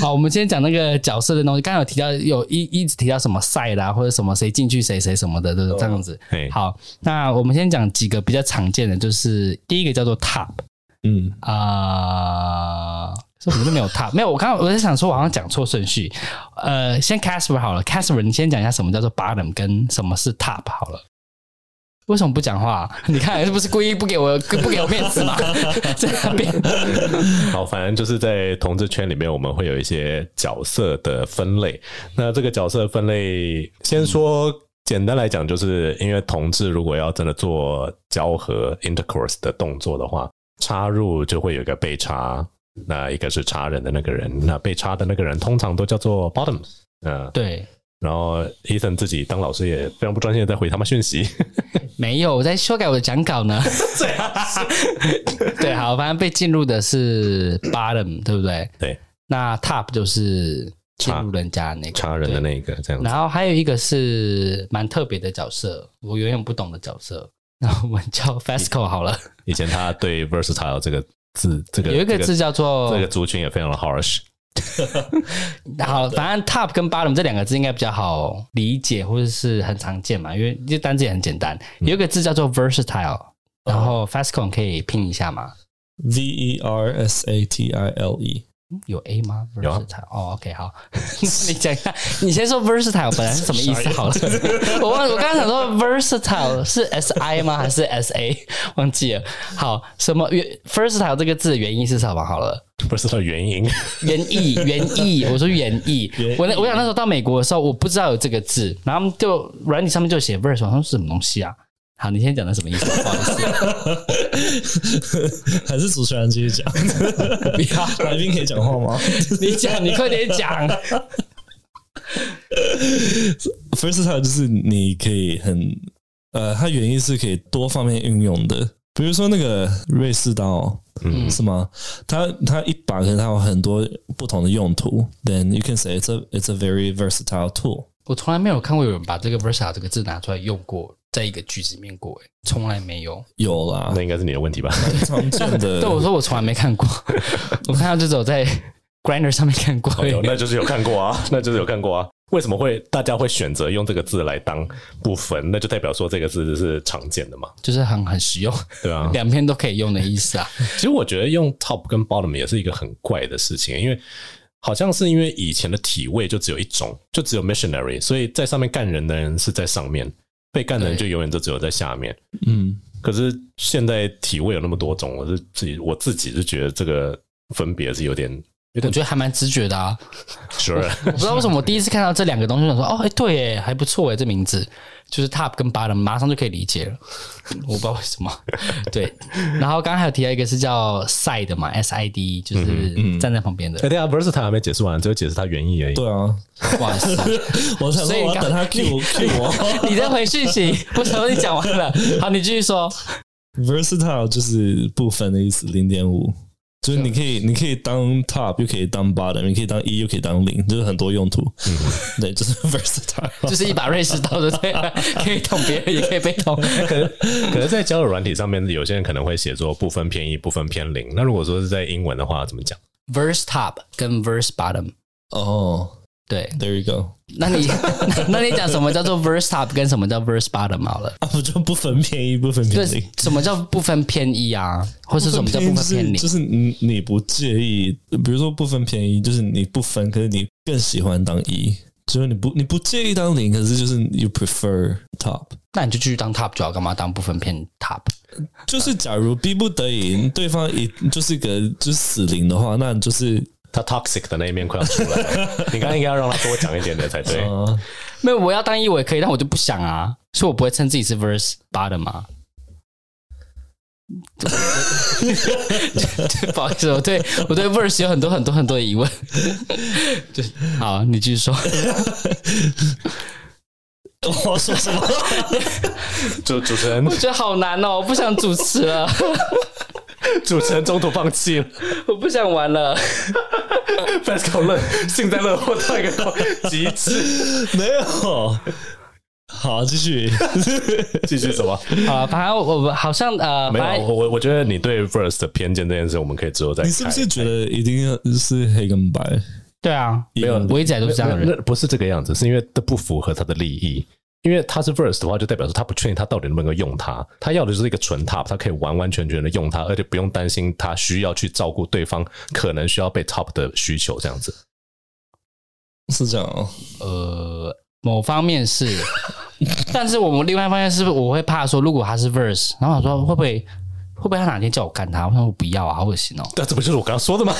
好，我们今天讲那个角色的东西，刚才有提到有一一直提到什么赛啦，或者什么谁进去谁谁什么的，都是这样子。 哦嘿好，那我们先讲几个比较常见的，就是第一个叫做 top， 嗯，啊、这我们都没有 top，没有。我刚刚我在想说，我好像讲错顺序。呃，先 Casper 好了，Casper，你先讲一下什么叫做 bottom 跟什么是 top 好了。为什么不讲话？你看是不是故意不给我不给我面子嘛？在那边好，反正就是在同志圈里面，我们会有一些角色的分类。那这个角色的分类，先说简单来讲，就是因为同志如果要真的做交合 intercourse 的动作的话，插入就会有一个被插，那一个是插人的那个人，那被插的那个人通常都叫做 bottom，嗯、对，然后 Ethan 自己当老师也非常不专心的在回他们讯息， 没有，我在修改我的讲稿呢。对，好，反正被进入的是 bottom，对不对？对，那 top 就是进插入人家的那个插人的对那一个这样子然后还有一个是蛮特别的角色，我永远不懂的角色。 那我们叫 Fasco 好了，以前他对 versatile 这个字，这个有一个这字叫做这个族群也非常的 harsh。 好，反正 top 跟 bottom 这两个字应该比较好理解，或者是很常见嘛，因为这单字也很简单。嗯有一个字叫做哦 versatile，然后 Fasco 可以拼一下吗？ V E R S A T I L E，有 A 吗有啊？versatile 哦，OK，好， 你讲一下，你先说 versatile 本来是什么意思好了。 我忘，我刚刚想说 versatile 是 S I 吗？还是 S A？忘 记了。好，什么原 versatile 这个字的原因是什么？好了。 versatile 原 因，原意，原意，我说原意原意。我那我想那时候到美国的时候，我不知道有这个字，然后就软体上面就写 verse，我说是什么东西啊？好，你先讲的什么意思？不好意思， 还是主持人继续讲？不要来宾可以讲话吗你讲，你快点讲。 ？Versatile 就是你可以很呃，它原意是可以多方面运用的，比如说那个瑞士刀。嗯是吗？它它一把可能它有很多不同的用途。Then you can say it's a it's a very versatile tool。我从来没有看过有人把这个 verse 这个字拿出来用过，在一个句子里面过，哎从来没有。有啦那，应该是你的问题吧？蛮常见的 呃对，。我说我从来没 看过，我看到就只有在 Grinder 上面看过。哦有那就是有看过啊， 那就是有看过啊。为什么会大家会选择用这个字来当部分？那就代表说这个字是常见的嘛，就是很很实用， 对啊。两边都可以用的意思 啊。其实我觉得用 top 跟 bottom 也是一个很怪的事情，因为好像是因为以前的体位就只有一种，就只有 missionary，所以在上面干人的人是在上面，被干的人就对永远都只有在下面。嗯，可是现在体位有那么多种，我是自己我自己是觉得这个分别是有点有我点觉得还蛮直觉的啊。 sure。 我不知道为什么我第一次看到这两个东西，我想说哦，哎、对耶，还不错哎，这名字就是 top 跟 bottom，马上就可以理解了。 我不知道为什么，对。然后刚刚还有提到一个是叫 side 嘛，S I D，就是站在旁边的。 哎，等一下 versatile 还没解释完，只有解释它原意而已。对啊，不好意思，我想所说以我要刚等他 Q Q 我。你在回讯息，我想说你讲完了，好，你继续说。 Versatile 就是部分的意思，零点五，就是你可以啊你可以当 top，又可以当 bottom，你可以当一，又可以当零，就是很多用途。嗯 对，就是 versatile。 就是一把瑞士刀的，对 吧，可以捅别人，也可以被捅。可能可能在交友软体上面，有些人可能会写作不分偏一、不分偏零。那如果说是在英文的话，怎么讲？ verse top 跟 verse bottom，哦、对。 t h e r e you go。 那你 那你讲什么叫做 verse top 跟什么叫 verse bottom 好了？啊，我就不分偏一，不分偏对零。，什么叫不分偏一啊？或是什么叫不分偏一零？就是你你不介意，比如说不分偏一，就是你不分，可是你更喜欢当一，就是你不你不介意当零，可是就是 you prefer top。那你就继续当 top 就好，干嘛当不分偏 top？就是假如逼不得已，对方一就是一个就是死零的话，那就是他 toxic 的那一面快要出来 了，你刚刚应该要让他多讲一点点才对。呃没有，我要当一我也可以，但我就不想啊，所以我不会称自己是 verse bottom 啊嘛。 不好意思，我对我对 verse 有很多很多很多的疑问。 就好，你继续说。我要说什么？主主持人我觉得好难哦，我不想主持了， 主持人中途放弃 了我不想玩了。 f a s c o 乐 幸灾乐祸到一个极致。 没有。好，继续。继续什么？好了，反正我我好像呃，没反有，正我我我觉得你对 verse 的偏见这件事，我们可以之后再 开。你是不是觉得一定要是黑跟白？对啊，没有我一直以来都是这样的人那。那不是这个样子，是因为这不符合他的利益。因为他是 verse 的话，就代表说他不确定他到底能不能够用它。他要的就是一个纯 top，他可以完完全全的用它，而且不用担心他需要去照顾对方可能需要被 top 的需求这样子。是这样哦。呃，某方面是，但是我们另外一方面是，我会怕说，如果他是 verse，然后我说会不会会不会他哪天叫我干他？我想我不要啊，好恶心哦。但这不就是我刚刚说的吗？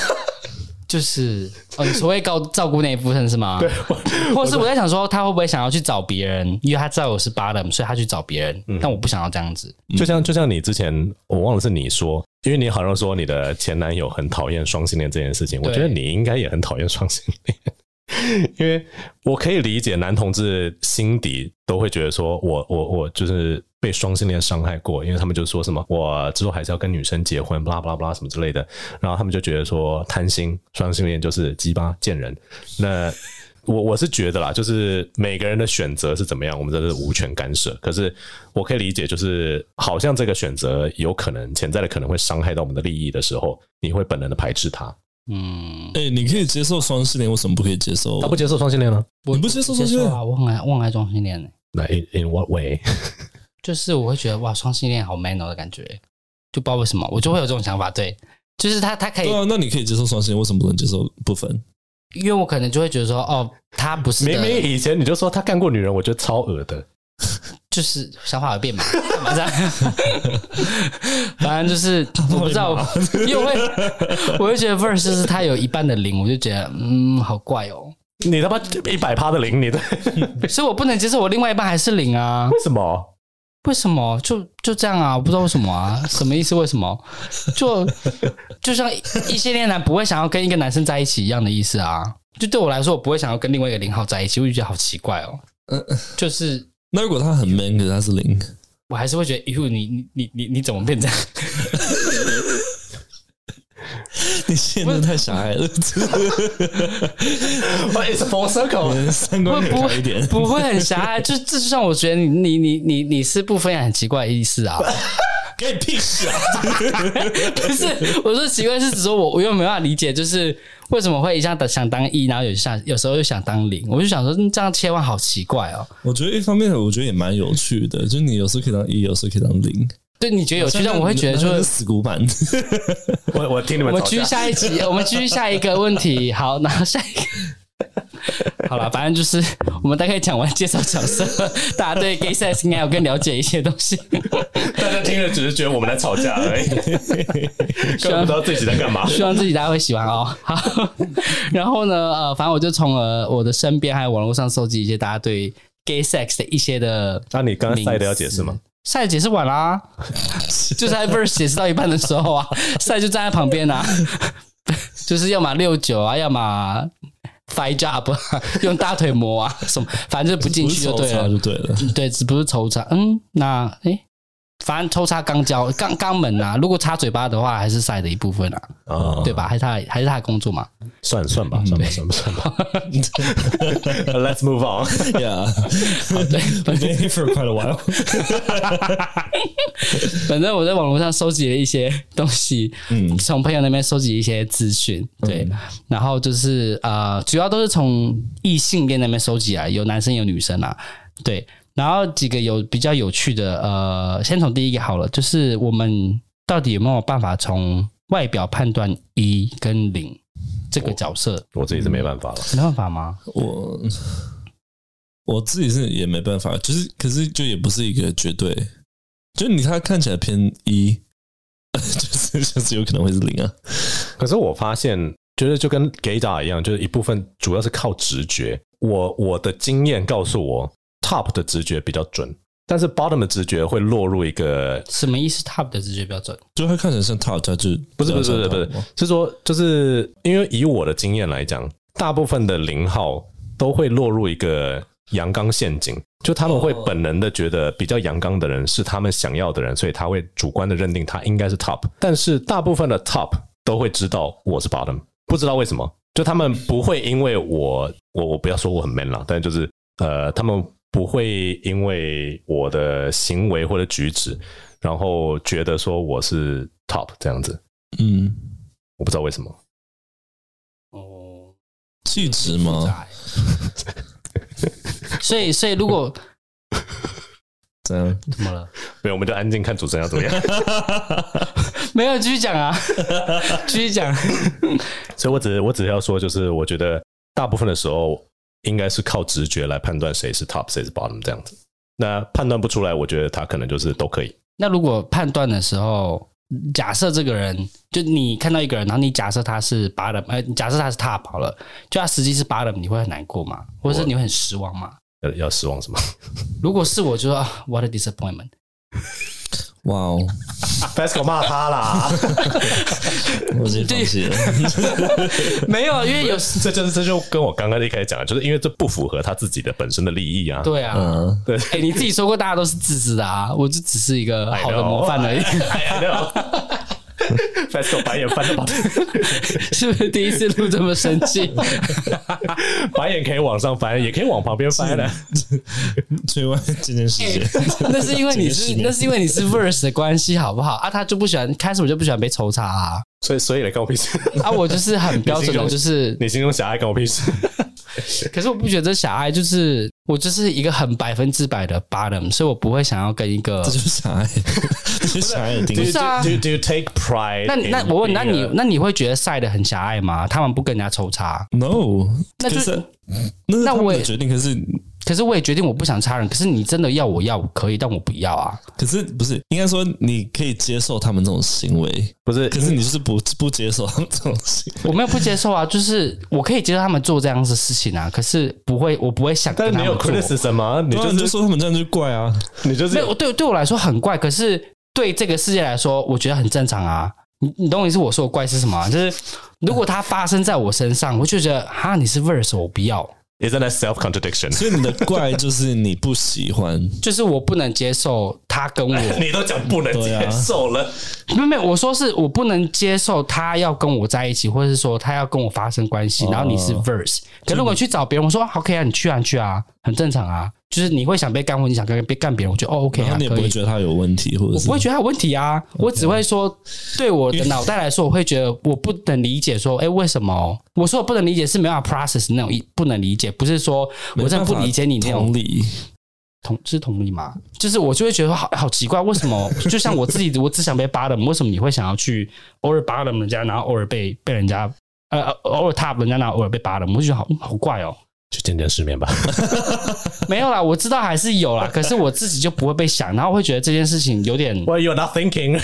就是哦，你所谓高照顾那一部分是吗？对， 或是我在想说，他会不会想要去找别人，因为他知道我是 bottom，所以他去找别人，但我不想要这样子。就像就像你之前，我忘了是你说，因为你好像说你的前男友很讨厌双性恋这件事情，我对觉得你应该也很讨厌双性恋，因为我可以理解男同志心底都会觉得说我我我就是被双性恋伤害过，因为他们就说什么我之后还是要跟女生结婚，巴拉巴拉巴拉什么之类的，然后他们就觉得说贪心，双性恋就是鸡巴贱人，那。我我是觉得啦，就是每个人的选择是怎么样，我们真的是无权干涉。可是我可以理解，就是好像这个选择有可能潜在的可能会伤害到我们的利益的时候，你会本能的排斥他。嗯，哎、你可以接受双性恋，为什么不可以接受？他不接受双性恋呢？我你不接受双性恋我接啊？我很爱我很爱双性恋呢，那 in in what way？就是我会觉得哇，双性恋好 man 哦的感觉，就不知道为什么，我就会有这种想法。对，就是他他可以对，啊，那你可以接受双性恋，为什么不能接受不分？因为我可能就会觉得说，哦，他不是的明明以前你就说他干过女人，我觉得超恶的。就是想法有变嘛，干嘛这样？反正就是我不知道，因为我会，我会觉得 verse 就是他有一半的零，我就觉得嗯，好怪哦，你他妈一百趴的零，你的所以我不能接受我另外一半还是零啊？ 为什么？为什么？就就这样啊？我不知道为什么啊？什么意思？为什么？就就像异性恋男不会想要跟一个男生在一起一样的意思啊？就对我来说，我不会想要跟另外一个零号在一起，我就觉得好奇怪哦。就是那如果他很 man，可是他是零，我还是会觉得，哟，你你你你你怎么 变这样？你现在太狭隘了， i t s full circle。三观会可以不开会一点。不会很狭隘？就这就像我觉得你你你你你是不分享很奇怪的意思 啊？给你屁事啊！ 不是，我说奇怪是指说我我又没办法理解，就是为什么会一下的想当一，然后有下有时候又想当零，我就想说嗯这样切换好奇怪哦。我觉得一方面，我觉得也蛮有趣的，就是你有时候可以当一，有时候可以当零。对，你觉得有趣，但我会觉得那说是。死古板。我我听你我们们吵继续架。下一集，我们继续下一个问 题。好，然后下一个，好了，反正就是我们大概讲完介绍角色，大家对 gay sex 应该有更了解一些东西。大家听了只是觉得我们在吵架 而已，根本不知道自己在干嘛。希望自己大家会喜欢哦。好，然后呢，呃，反正我就从呃我的身边还有网络上搜集一些大家对 gay sex 的一些的。那你刚刚赛的要解释吗？赛解释完啦、 就在 verse 解释到一半的时候 啊，赛就站在旁边啊，就是要么六九啊，要么 five job，、啊、用大腿磨啊，什么，反正就不进去就不是对抽查了就。对了。对，只不是抽插。嗯，那诶、反正抽插肛交、肛肛门啊，如果插嘴巴的话，还是赛的一部分啊，嗯啊，对吧？还是他还是他的工作嘛。算算吧，算吧，算吧，算吧。Let's move on。 Yeah，好对， I've been here for quite a while。反正我在网络上收集了一些东西，嗯从朋友那边收集一些资讯，对，然后就是呃，主要都是从异性恋那边收集啊，有男生有女生啊，对，然后几个有比较有趣的，呃，先从第一个好了，就是我们到底有没有办法从外表判断一跟零这个角色，我自己是没办法了。没办法吗？我我自己是也没办法，就是可是就也不是一个绝对，就你他看起来偏一， 就是就是有可能会是零啊。可是我发现，觉得就跟 gay 打一样，就是一部分主要是靠直觉。我我的经验告诉我，top 的直觉比较准，但是 bottom 的直觉会落入一个什么意思？Top 的直觉标准，就他看起来像 top，他就不是不是不是不是，是说就是因为以我的经验来讲，大部分的零号都会落入一个阳刚陷阱，就他们会哦本能的觉得比较阳刚的人是他们想要的人，所以他会主观的认定他应该是 top，但是大部分的 top 都会知道我是 bottom，不知道为什么，就他们不会因为我我我不要说我很 man 啦，但就是呃，他们不会因为我的行为或者举止，然后觉得说我是 top 这样子。嗯，我不知道为什么。哦，气质吗？？所以，所以如果这样 怎么了？没有，我们就安静看主持人要怎么 样。 没有，继续讲 啊，继续讲。所以我只我只是要说，就是我觉得大部分的时候应该是靠直觉来判断谁是 top 谁是 bottom 这样子。那判断不出来，我觉得他可能就是都可以。那如果判断的时候，假设这个人，就你看到一个人，然后你假设他是 bottom，呃，假设他是 top 好了，就他实际是 bottom，你会很难过吗？或者是你会很失望吗？要要失望什么？如果是我就说啊，what a disappointment。哇哦， Pascal 骂他啦，我直接放弃了。没有，因为 有 这就是这就跟我刚刚一开始讲的，就是因为这不符合他自己的本身的利益啊。对 啊， 嗯，对，哎、你自己说过大家都是自私的啊，我就只是一个好的模范 而已， Pascal 白眼翻到是不是第一次录这么生 气？白眼可以往上翻，也可以往旁边翻啊的。追问这件哎事 情，那是因为你这个失是 眠那是因为你是 verse 的关系好不好啊？他就不喜欢，开始我就不喜欢被抽查啊，所以所以来跟我屁事，啊，我就是很标 准的，就是，你心中狭隘跟我屁事。可是我不觉得小爱就是我就是一个很百分之百的 bottom，所以我不会想要跟一个这。就是狭隘，这就是狭隘的定不义。是啊 Do you- do you take pride？那 in 那我问，那 being 你 a- 那你会觉得晒的很狭隘吗？他们不跟人家抽查， No，那就可是那是那他我们也的决定。可是可是我也决定我不想插人。可是你真的要我要我可以，但我不要啊。可是不是应该说你可以接受他们这种行为，不是可是你就是不不接受他们这种行为。我没有不接受啊，就是我可以接受他们做这样的事情啊，可是不会，我不会想但跟是他你们有做。 criticism 吗？你对啊你就就是说他们这样就怪啊，你就是没有，对对我来说很怪，可是对这个世界来说，我觉得很正常啊。你你懂我意思？我说的怪是什么啊、就是如果它发生在我身上，我就觉得哈，你是 verse，我不要， isn't that self contradiction？所以你的怪就是你不喜欢。就是我不能接受他 跟我， 你都讲不能对啊接受了，没有没有，我说是我不能接受他要跟我在一起，或者是说他要跟我发生关系，哦然后你是 verse，可如果去找别人，我说好可以啊，你去啊，你去啊，很正常啊，就是你会想被干或你想干被干别人，我觉得哦 OK 然啊后，你也不可以会觉得他有问题，或者我是不会觉得他有问题啊，我只会说，对我的脑袋来说，我会觉得我不能理解，说，哎，为什么？我说我不能理解是没办法 process 那种一不能理解，不是说我真的不理解你那同种理。同是同理吗？就是我就会觉得好好奇怪，为什么？就像我自己，我只想被 bottom，为什么你会想要去偶尔 bottom 人家，然后偶尔被被人家呃偶尔 top 人家，然后偶尔被 bottom，我就觉得好嗯好怪哦。去见见世面吧。没有啦，我知道还是有啦，可是我自己就不会被想，然后会觉得这件事情有点 Well, you're not thinking 。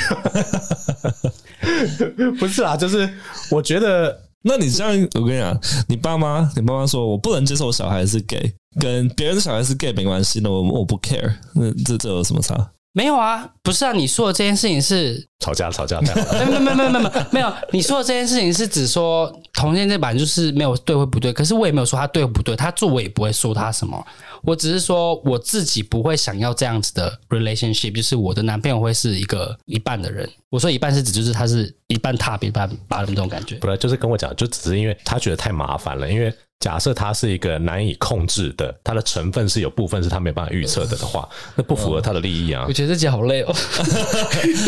不是啦，啊就是我觉得那你这样，我跟你讲，你爸妈，你爸妈说我不能接受我小孩是 gay，跟别人的小孩是 gay 没关系，那我我不 care，那这这有什么差？ 没有啊，不是啊，你说的这件事情是 吵架吵架太好了。没有没有没有没有没有没有，你说的这件事情是指说同性恋版就是没有对或不对，可是我也没有说他对或不对，他做我也不会说他什么，我只是说我自己不会想要这样子的 relationship，就是我的男朋友会是一个一半的人，我说一半是指就是他是一半踏一半把的那种感觉， 不是，就是跟我讲，就只是因为他觉得太麻烦了。因为假设他是一个难以控制的，他的成分是有部分是他没办法预测的的话，那不符合他的利益啊我。觉得自己好累哦，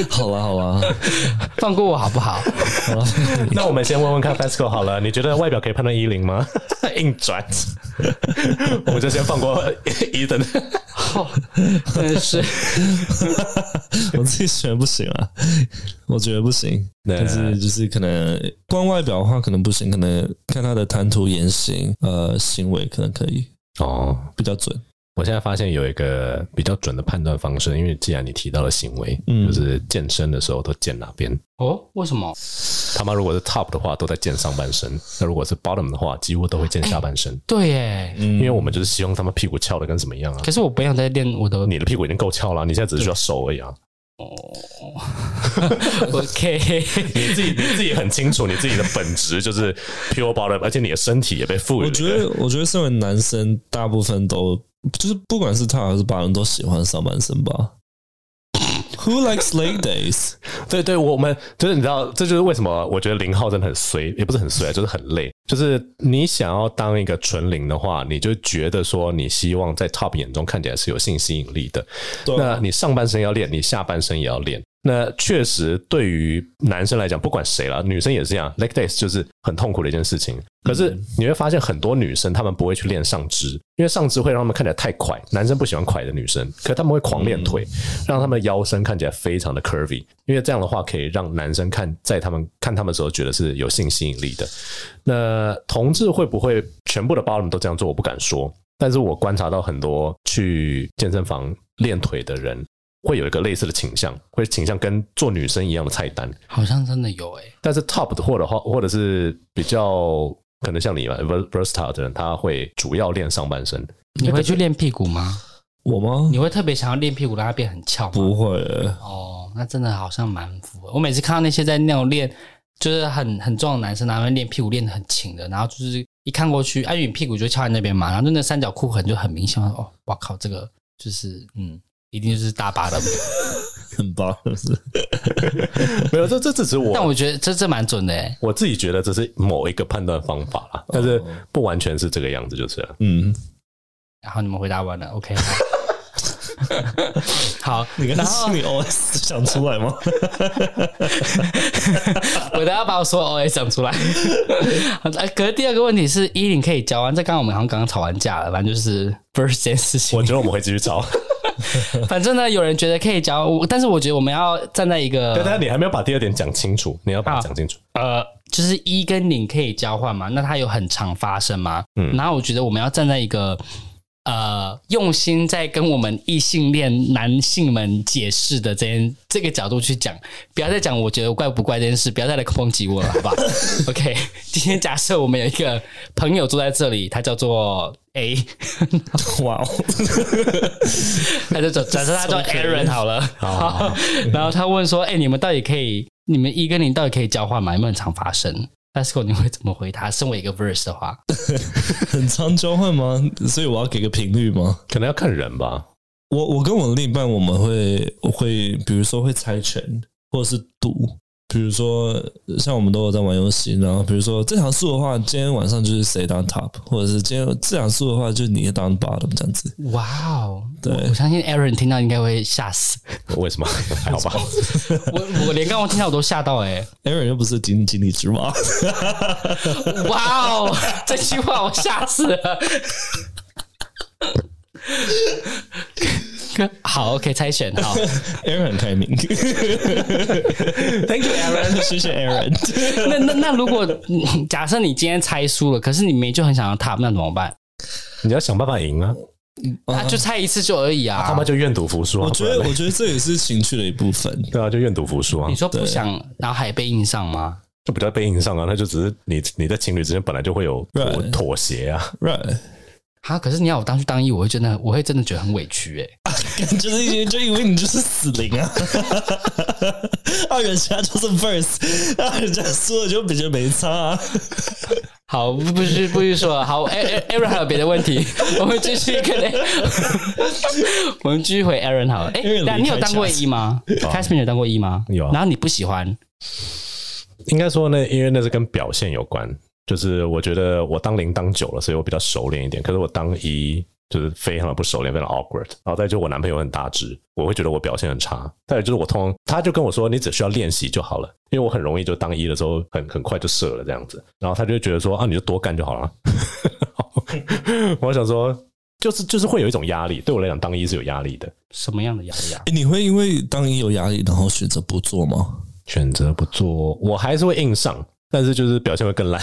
好啦好啦， 放过我好不好？ 那我们先问问看 Fasco 好了，你觉得外表可以判断一零吗？ 硬转，我们就先放过伊登。真的是， 我自己觉得不行啊，我觉得不行。啊但是就是可能光外表的话可能不行，可能看他的谈吐言行，呃，行为可能可以哦，比较准。我现在发现有一个比较准的判断方式，因为既然你提到了行为，嗯就是健身的时候都健哪边？哦，为什么？他妈如果是 top 的话，都在健上半身；那如果是 bottom 的话，几乎都会健下半身，对耶，嗯，因为我们就是希望他们屁股翘的跟什么一样啊可。是我不想再练我的你的屁股已经够翘了，你现在只是需要瘦而已啊！ OK。你自己你自己很清楚，你自己的本质就是 pure bottom，而且你的身体也被赋予了我一个觉得，我觉得身为男生，大部分都就是不管是他还是八人都喜欢上半身 吧。Who likes leg days？对对，我们就是你知道，这就是为什么我觉得零号真的很衰，也不是很衰，啊就是很累。就是你想要当一个纯零的话，你就觉得说你希望在 top 眼中看起来是有性吸引力的。对啊那你上半身要练，你下半身也要练。那确实，对于男生来讲，不管谁了，女生也是这样。Leg days 就是很痛苦的一件事情。可是你会发现，很多女生她们不会去练上肢，因为上肢会让她们看起来太快。男生不喜欢快的女生，可他们会狂练腿，让他们的腰身看起来非常的 curvy。因为这样的话，可以让男生看在他们看他们的时候，觉得是有性吸引力的。那同志会不会全部的 bottom 都这样做？我不敢说，但是我观察到很多去健身房练腿的人，会有一个类似的倾向，会倾向跟做女生一样的菜单。好像真的有哎、但是 top 的或者话，或者是比较可能像你吧 vers-，versatile 的人，他会主要练上半身。你会去练屁股吗？我吗你？会特别想要练屁股让它变很翘吗？不会，哦，那真的好像蛮符合。我每次看到那些在那种练，就是很很壮的男生，他们练屁股练得很勤的，然后就是一看过去，哎，因为你屁股就翘在那边嘛，然后就那三角裤痕就很明显。我说哦，哇靠，这个就是嗯，一定就是 大把的。很棒，是不是？没有，这这只是我但我觉得这这蛮准的哎、我自己觉得这是某一个判断方法啦，但是不完全是这个样子，就 是了。嗯，然后你们回答完了，OK 好。好，你刚然刚后心里 OS 想出来吗？我等下把我所有 OS 讲出来。 哎可是第二个问题是，依琳可以教完，这刚刚我们好像刚刚吵完架了，反正就是 first 这件事情。我觉得我们会继续找，反正呢，有人觉得可以教，我但是我觉得我们要站在一 但个但你还没有把第二点讲清楚，你要把它好讲清楚。呃，就是一跟零可以交换嘛，那它有很常发生嘛。嗯然后我觉得我们要站在一个呃用心在跟我们异性恋男性们解释的这件这个角度去讲，不要再讲我觉得怪不怪这件事，不要再来抨击我了，好不好？OK，今天假设我们有一个朋友坐在这里，他叫做 A， 哇哦，他就走，假设他叫 Aaron 好了，好， 然后他问说：“哎、你们到底可以，你们一跟零到底可以交换吗？有没有很常发生？”Tasco，你会怎么回答？身为一个 verse 的话，很常交换吗？所以我要给个频率吗？可能要看人吧，我我跟我的另一半，我们会我会比如说会猜拳，或者是赌。比如说，像我们都有在玩游戏，然后比如说这场输的话，今天晚上就是谁当 top，或者是今天这场输的话，就你当 bottom 这样子。哇哦，对我我相信 Aaron 听到应该会吓 死，为什么？还好吧，我我连刚刚听到我都吓到哎、 Aaron 又不是井井底之蛙，哇 哦，这句话我吓死了。 好，OK，猜拳好。 Aaron 很 开明。Thank you, Aaron，谢 谢 Aaron。那那那如果嗯假设你今天猜输了，可是你没就很想要 top，那怎么办？你要想办法赢啊，啊，就猜一次就而已啊。他妈就愿赌服输啊！我觉不得，然嘞我觉得这也是情趣的一部分。对啊，就愿赌服输啊你，说不想，然后还被印上吗？就比较被硬上啊，那就只是你你在情侣之间本来就会有妥 Right 妥协啊， Right，啊，可是你要我当去当一，我会真的，我会真的觉得很委屈哎、 就是因为就因为你就是死灵啊， 啊，人家就是 verse，啊，人家输了就比较没差、啊。好，不不是不是说了好，艾艾 Aaron 还有别的问 题，我们继续 跟，我们继续回 Aaron 好了。哎、 Aaron 那你有离开啊当过一 吗 c a s m e r 有当过一吗？有啊然后你不喜欢，应该说呢，因为那是跟表现有关，就是我觉得我当零当久了，所以我比较熟练一点。可是我当一就是非常的不熟练，非常 awkward。然后再就我男朋友很大只，我会觉得我表现很差。再有就是我通常他就跟我说，你只需要练习就好了，因为我很容易就当一的时候很很快就射了这样子。然后他就觉得说啊，你就多干就好了。啊 我想说，就是就是会有一种压力，对我来讲当一是有压力的，什么样的压力啊？欸你会因为当你有压力，然后选择不做吗？选择不做，我还是会硬上，但是就是表现会更烂。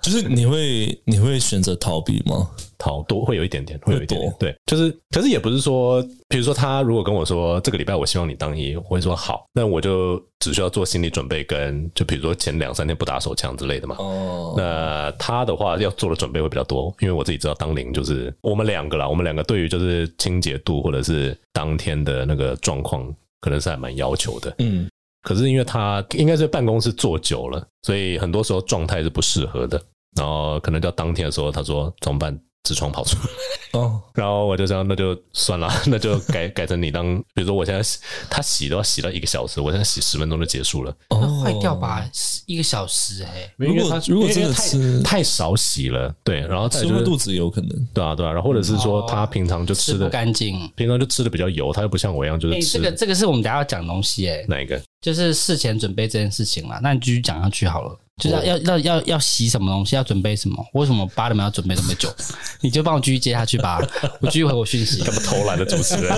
就是你会你会选择逃避吗？逃多会有一点点，会有一点点会多对，就是，可是也不是说，比如说他如果跟我说这个礼拜我希望你当一，我会说好，那我就只需要做心理准备跟就比如说前两三天不打手枪之类的嘛。哦，那他的话要做的准备会比较多，因为我自己知道当零就是我们两个啦，我们两个对于就是清洁度或者是当天的那个状况，可能是还蛮要求的。嗯，可是因为他应该是办公室坐久了，所以很多时候状态是不适合的。然后可能到当天的时候，他说怎么办？痔疮跑出来。哦，然后我就想，那就算了， 那就改改成你当，比如说我现在洗他洗都要洗到一个小时，我现在洗十分钟就结束了。哦，坏掉？吧，一个小时哎、如果因为他如果因为真的太吃太少洗了，对，然后再吃就坏是肚子有可能。对啊对啊，然后或者是说哦他平常就吃吃不的，干净。平常就吃的比较油，他又不像我一样就哦哎、是吃这个这个是我们等一下要讲的东西哎、哪一个就是事前准备这件事情啦。那你继续讲下去好了，就是要、要要要要洗什么东西，要准备什么？为什么八点们要准备那么久？ 你就帮我继续接下去吧， 我继续回我讯息。这么偷懒的主持人，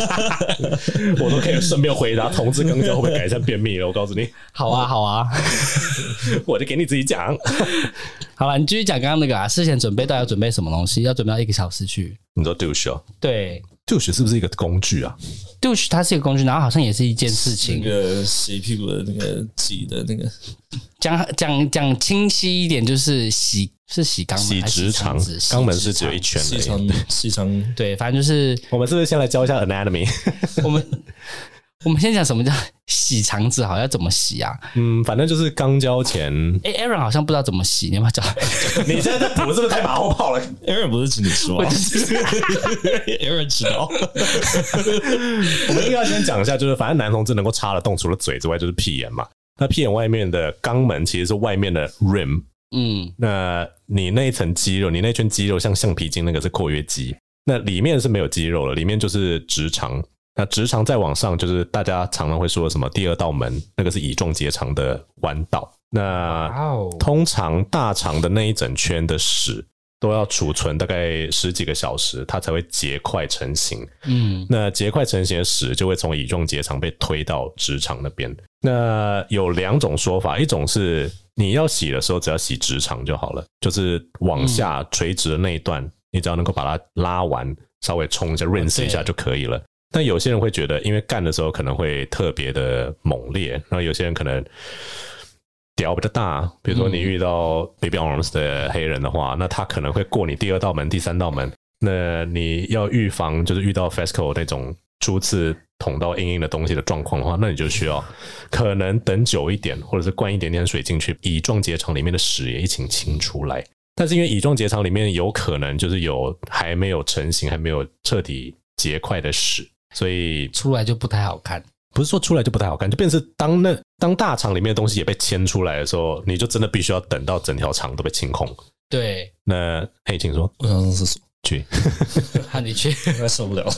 我都可以顺便回答同志刚交会不会改善便秘了？我告诉你，好啊，好啊， 我就给你自己讲。好了，你继续讲刚刚那个啊，事前准备到底要准备什么东西？要准备到一个小时去。你说 douche 哦对， douche 是不是一个工具啊？ douche 它是一个工具，然后好像也是一件事那情。个洗屁股的那个挤的那个，讲讲讲清晰一点，就是洗是洗肛门洗还是直肠，子洗肛门是直只有一肠圈细的。长细长对，反正就是我们是不是先来教一下 anatomy？我们 我们先讲什么叫洗肠子，好要怎么洗啊？嗯，反正就是肛交前，哎、a a r o n 好像不知道怎么洗，你要不要教？ 你现在这补是不是太马后炮了？ Aaron 不是请你吃吗我就是 ？Aaron 知道，我们应该要先讲一下，就是反正男同志能够插的洞，除了嘴之外，就是屁眼嘛。那屁眼外面的肛门其实是外面的 rim，嗯，那你那一层肌肉，你那圈肌肉像橡皮筋那个是括约肌，那里面是没有肌肉了，里面就是直肠。那直肠再往上，就是大家常常会说什么第二道门，那个是乙状结肠的弯道。那哦通常大肠的那一整圈的屎都要储存大概十几个小时，它才会结块成型。嗯，那结块成型的屎就会从乙状结肠被推到直肠那边。那有两种说法，一种是你要洗的时候只要洗直肠就好了，就是往下垂直的那一段，你只要能够把它拉完，稍微冲一下、rinse 一下就可以了。但有些人会觉得，因为干的时候可能会特别的猛烈，然后有些人可能屌比较大，啊比如说你遇到 Baby Arms 的黑人的话，那他可能会过你第二道门、第三道门，那你要预防就是遇到 Fesco 那种初次捅到硬硬的东西的状况的话，那你就需要可能等久一点，或者是灌一点点水进去，乙状结肠里面的屎也一起清出来。但是因为乙状结肠里面有可能就是有还没有成型、还没有彻底结块的屎，所以出来就不太好看。不是说出来就不太好看，就变成是当那当大肠里面的东西也被牵出来的时候，你就真的必须要等到整条肠都被清空。对，那嘿，请说我想上厕所，去。好，你去。 快受不了了。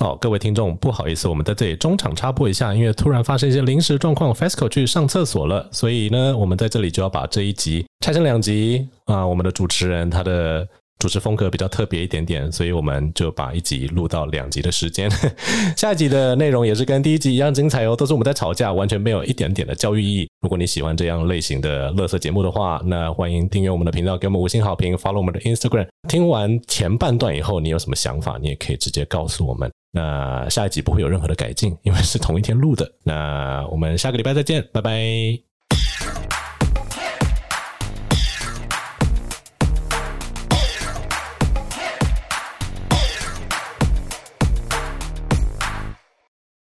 哦，各位听众，不好意思，我们在这里中场插播一下，因为突然发生一些临时状况，FESCO E 去上厕所了，所以呢，我们在这里就要把这一集拆成两集啊、我们的主持人他的主持风格比较特别一点点，所以我们就把一集录到两集的时间。 下一集的内容也是跟第一集一样精彩哦，都是我们在吵架，完全没有一点点的教育意义。如果你喜欢这样类型的乐色节目的话，那欢迎订阅我们的频道，给我们五星好评，follow 我们的 Instagram。听完前半段以后，你有什么想法，你也可以直接告诉我们。那下一集不会有任何的改进，因为是同一天录的。那我们下个礼拜再见，拜拜。